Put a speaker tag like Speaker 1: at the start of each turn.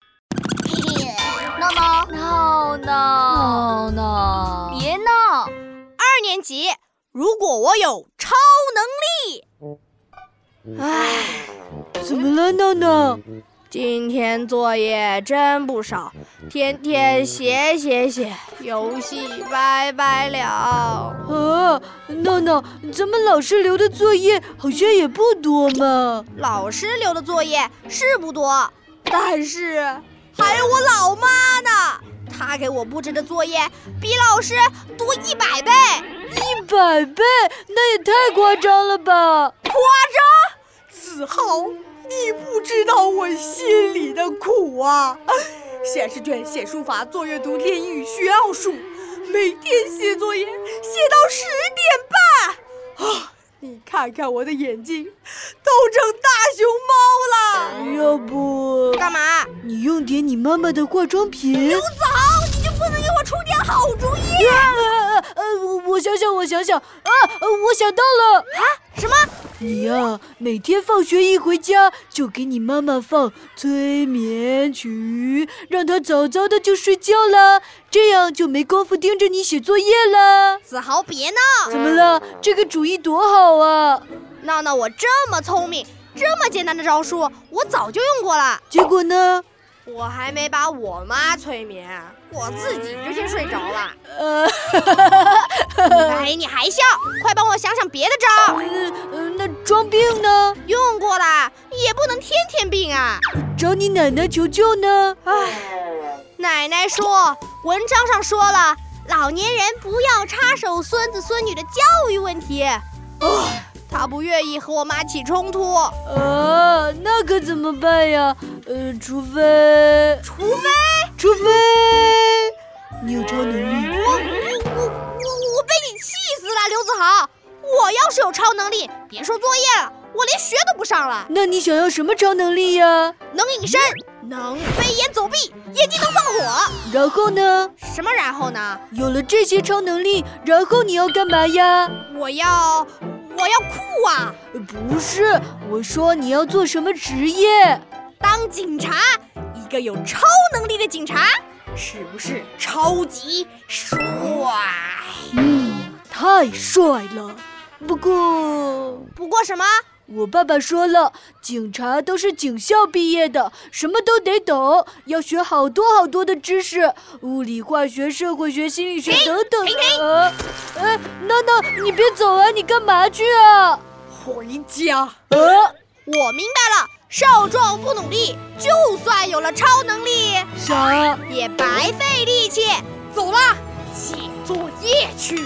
Speaker 1: 哦
Speaker 2: 哦专辑《如果我有超能力》。唉，怎么了，闹闹？今天作业真不少，天天写写写，游戏拜拜了。
Speaker 1: 啊，闹闹，咱们老师留的作业好像也不多嘛。
Speaker 2: 老师留的作业是不多，但是还有我老妈呢，她给我布置的作业比老师多一百倍，
Speaker 1: 一百倍，那也太夸张了吧！
Speaker 2: 夸张！
Speaker 3: 子豪，你不知道我心里的苦啊！写试卷、写书法、做阅读、练英语、学奥数，每天写作业，写到十点半啊！你看看我的眼睛，都成大熊
Speaker 1: 猫了。要哎不
Speaker 2: 干嘛？
Speaker 1: 你用点你妈妈的化妆品。
Speaker 2: 刘子豪，你就不能给我出点好主意？
Speaker 1: 啊呃、啊，我想想，我想想啊，我想到了啊，
Speaker 2: 什么？
Speaker 1: 你呀、啊，每天放学一回家就给你妈妈放催眠曲，让她早早的就睡觉了，这样就没工夫盯着你写作业了。
Speaker 2: 子豪，别闹！
Speaker 1: 怎么了？
Speaker 2: 嗯
Speaker 1: 这个主意多好啊！
Speaker 2: 闹闹，我这么聪明，这么简单的招数，我早就用过了。
Speaker 1: 结果呢？
Speaker 2: 我还没把我妈催眠，我自己就先睡着了。
Speaker 1: 呃，
Speaker 2: 哎，你还笑？快帮我想想别的招。
Speaker 1: 嗯、 呃呃，那装病呢？
Speaker 2: 用过啦，也不能天天病啊。
Speaker 1: 找你奶奶求救呢？
Speaker 2: 唉，奶奶说，文章上说了，老年人不要插手孙子孙女的教育问题。唉。他不愿意和我妈起冲突
Speaker 1: 啊，那可怎么办呀？呃，除非，
Speaker 2: 除非，
Speaker 1: 除非你有超能力。
Speaker 2: 我我我我被你气死了，刘子豪！我要是有超能力，别说作业了，我连学都不上了。
Speaker 1: 那你想要什么超能力呀？
Speaker 2: 能隐身，能飞檐走壁，眼睛能放火。
Speaker 1: 然后呢？
Speaker 2: 什么然后呢？
Speaker 1: 有了这些超能力，然后你要干嘛呀？
Speaker 2: 我要。我要酷啊！
Speaker 1: 不是，我说你要做什么职业？
Speaker 2: 当警察，一个有超能力的警察，是不是超级啊帅？
Speaker 1: 嗯，太帅了。不过，
Speaker 2: 不过什么？
Speaker 1: 我爸爸说了，警察都是警校毕业的，什么都得懂，要学好多好多的知识，物理、化学、社会学、心理学等等
Speaker 2: 的。
Speaker 1: 哎，闹闹，你别走啊！你干嘛去啊？
Speaker 3: 回家。
Speaker 1: 呃、啊，
Speaker 2: 我明白了，少壮不努力，就算有了超能力，
Speaker 1: 啥
Speaker 2: 也白费力气。走了，写作业去。